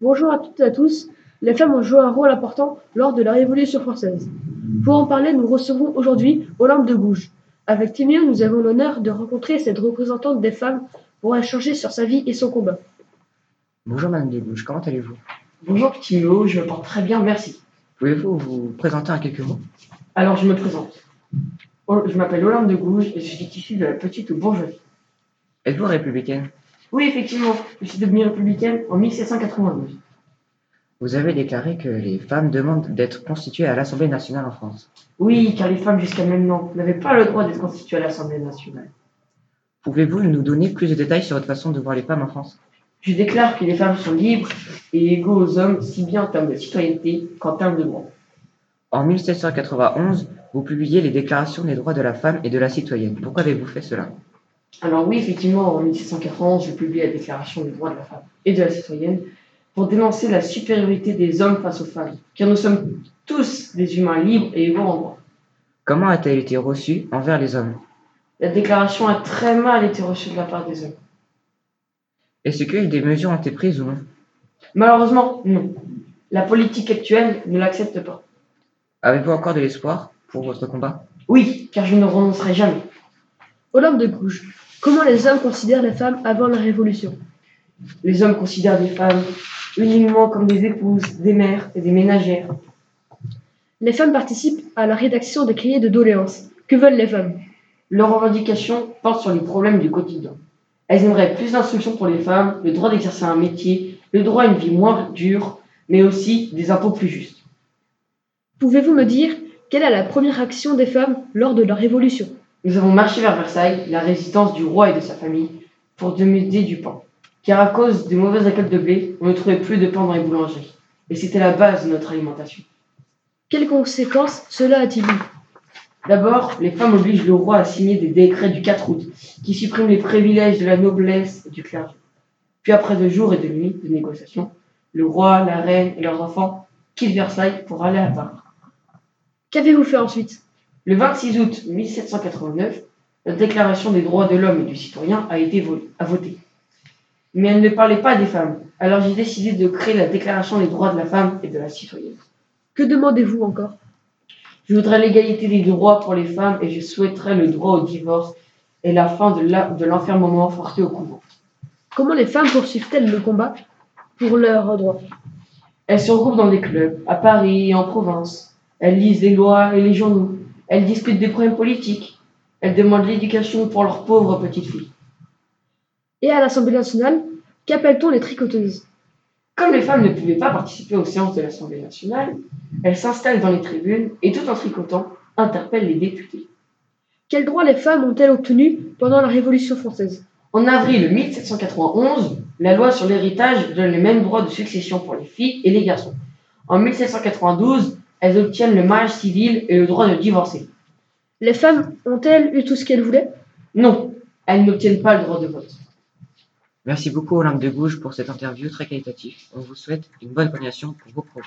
Bonjour à toutes et à tous. Les femmes ont joué un rôle important lors de la Révolution française. Pour en parler, nous recevons aujourd'hui Olympe de Gouges. Avec Timéo, nous avons l'honneur de rencontrer cette représentante des femmes pour échanger sur sa vie et son combat. Bonjour Madame de Gouges, comment allez-vous Bonjour Timéo, je me porte très bien, merci. Pouvez-vous vous présenter en quelques mots Alors je me présente. Oh, Je m'appelle Olympe de Gouges et je suis issue de la petite bourgeoisie. Êtes-vous républicaine Oui, effectivement, je suis devenue républicaine en 1792. Vous avez déclaré que les femmes demandent d'être constituées à l'Assemblée nationale en France. Oui, car les femmes jusqu'à maintenant n'avaient pas le droit d'être constituées à l'Assemblée nationale. Pouvez-vous nous donner plus de détails sur votre façon de voir les femmes en France Je déclare que les femmes sont libres et égaux aux hommes, si bien en termes de citoyenneté qu'en termes de droits. En 1791, vous publiez les déclarations des droits de la femme et de la citoyenne. Pourquoi avez-vous fait cela Alors oui, effectivement, en 1791, je publie la Déclaration des droits de la femme et de la citoyenne pour dénoncer la supériorité des hommes face aux femmes, car nous sommes tous des humains libres et égaux en droit. Comment a-t-elle été reçue envers les hommes La déclaration a très mal été reçue de la part des hommes. Est-ce que des mesures ont été prises ou non Malheureusement, non. La politique actuelle ne l'accepte pas. Avez-vous encore de l'espoir pour votre combat Oui, car je ne renoncerai jamais. Olympe de Gouges, comment les hommes considèrent les femmes avant la Révolution Les hommes considèrent les femmes uniquement comme des épouses, des mères et des ménagères. Les femmes participent à la rédaction des cahiers de doléances. Que veulent les femmes Leurs revendications portent sur les problèmes du quotidien. Elles aimeraient plus d'instruction pour les femmes, le droit d'exercer un métier, le droit à une vie moins dure, mais aussi des impôts plus justes. Pouvez-vous me dire quelle est la première action des femmes lors de la Révolution Nous avons marché vers Versailles, la résistance du roi et de sa famille, pour demander du pain car à cause des mauvaises récoltes de blé, on ne trouvait plus de pain dans les boulangeries. Et c'était la base de notre alimentation. Quelles conséquences cela a-t-il eu D'abord, les femmes obligent le roi à signer des décrets du 4 août qui suppriment les privilèges de la noblesse et du clergé. Puis après deux jours et deux nuits de négociations, le roi, la reine et leurs enfants quittent Versailles pour aller à Paris. Qu'avez-vous fait ensuite Le 26 août 1789, la Déclaration des droits de l'homme et du citoyen a été à votée mais elle ne parlait pas des femmes. Alors j'ai décidé de créer la Déclaration des droits de la femme et de la citoyenne. Que demandez-vous encore Je voudrais l'égalité des droits pour les femmes et je souhaiterais le droit au divorce et la fin de l'enfermement forcé au couvent. Comment les femmes poursuivent-elles le combat pour leurs droits Elles se regroupent dans des clubs, à Paris et en province. Elles lisent les lois et les journaux. Elles discutent des problèmes politiques. Elles demandent l'éducation pour leurs pauvres petites filles. Et à l'Assemblée nationale, qu'appelle-t-on les tricoteuses Comme les femmes ne pouvaient pas participer aux séances de l'Assemblée nationale, elles s'installent dans les tribunes et tout en tricotant, interpellent les députés. Quels droits les femmes ont-elles obtenus pendant la Révolution française En avril 1791, la loi sur l'héritage donne les mêmes droits de succession pour les filles et les garçons. En 1792, elles obtiennent le mariage civil et le droit de divorcer. Les femmes ont-elles eu tout ce qu'elles voulaient Non, elles n'obtiennent pas le droit de vote. Merci beaucoup Olympe de Gouges pour cette interview très qualitative. On vous souhaite une bonne continuation pour vos projets.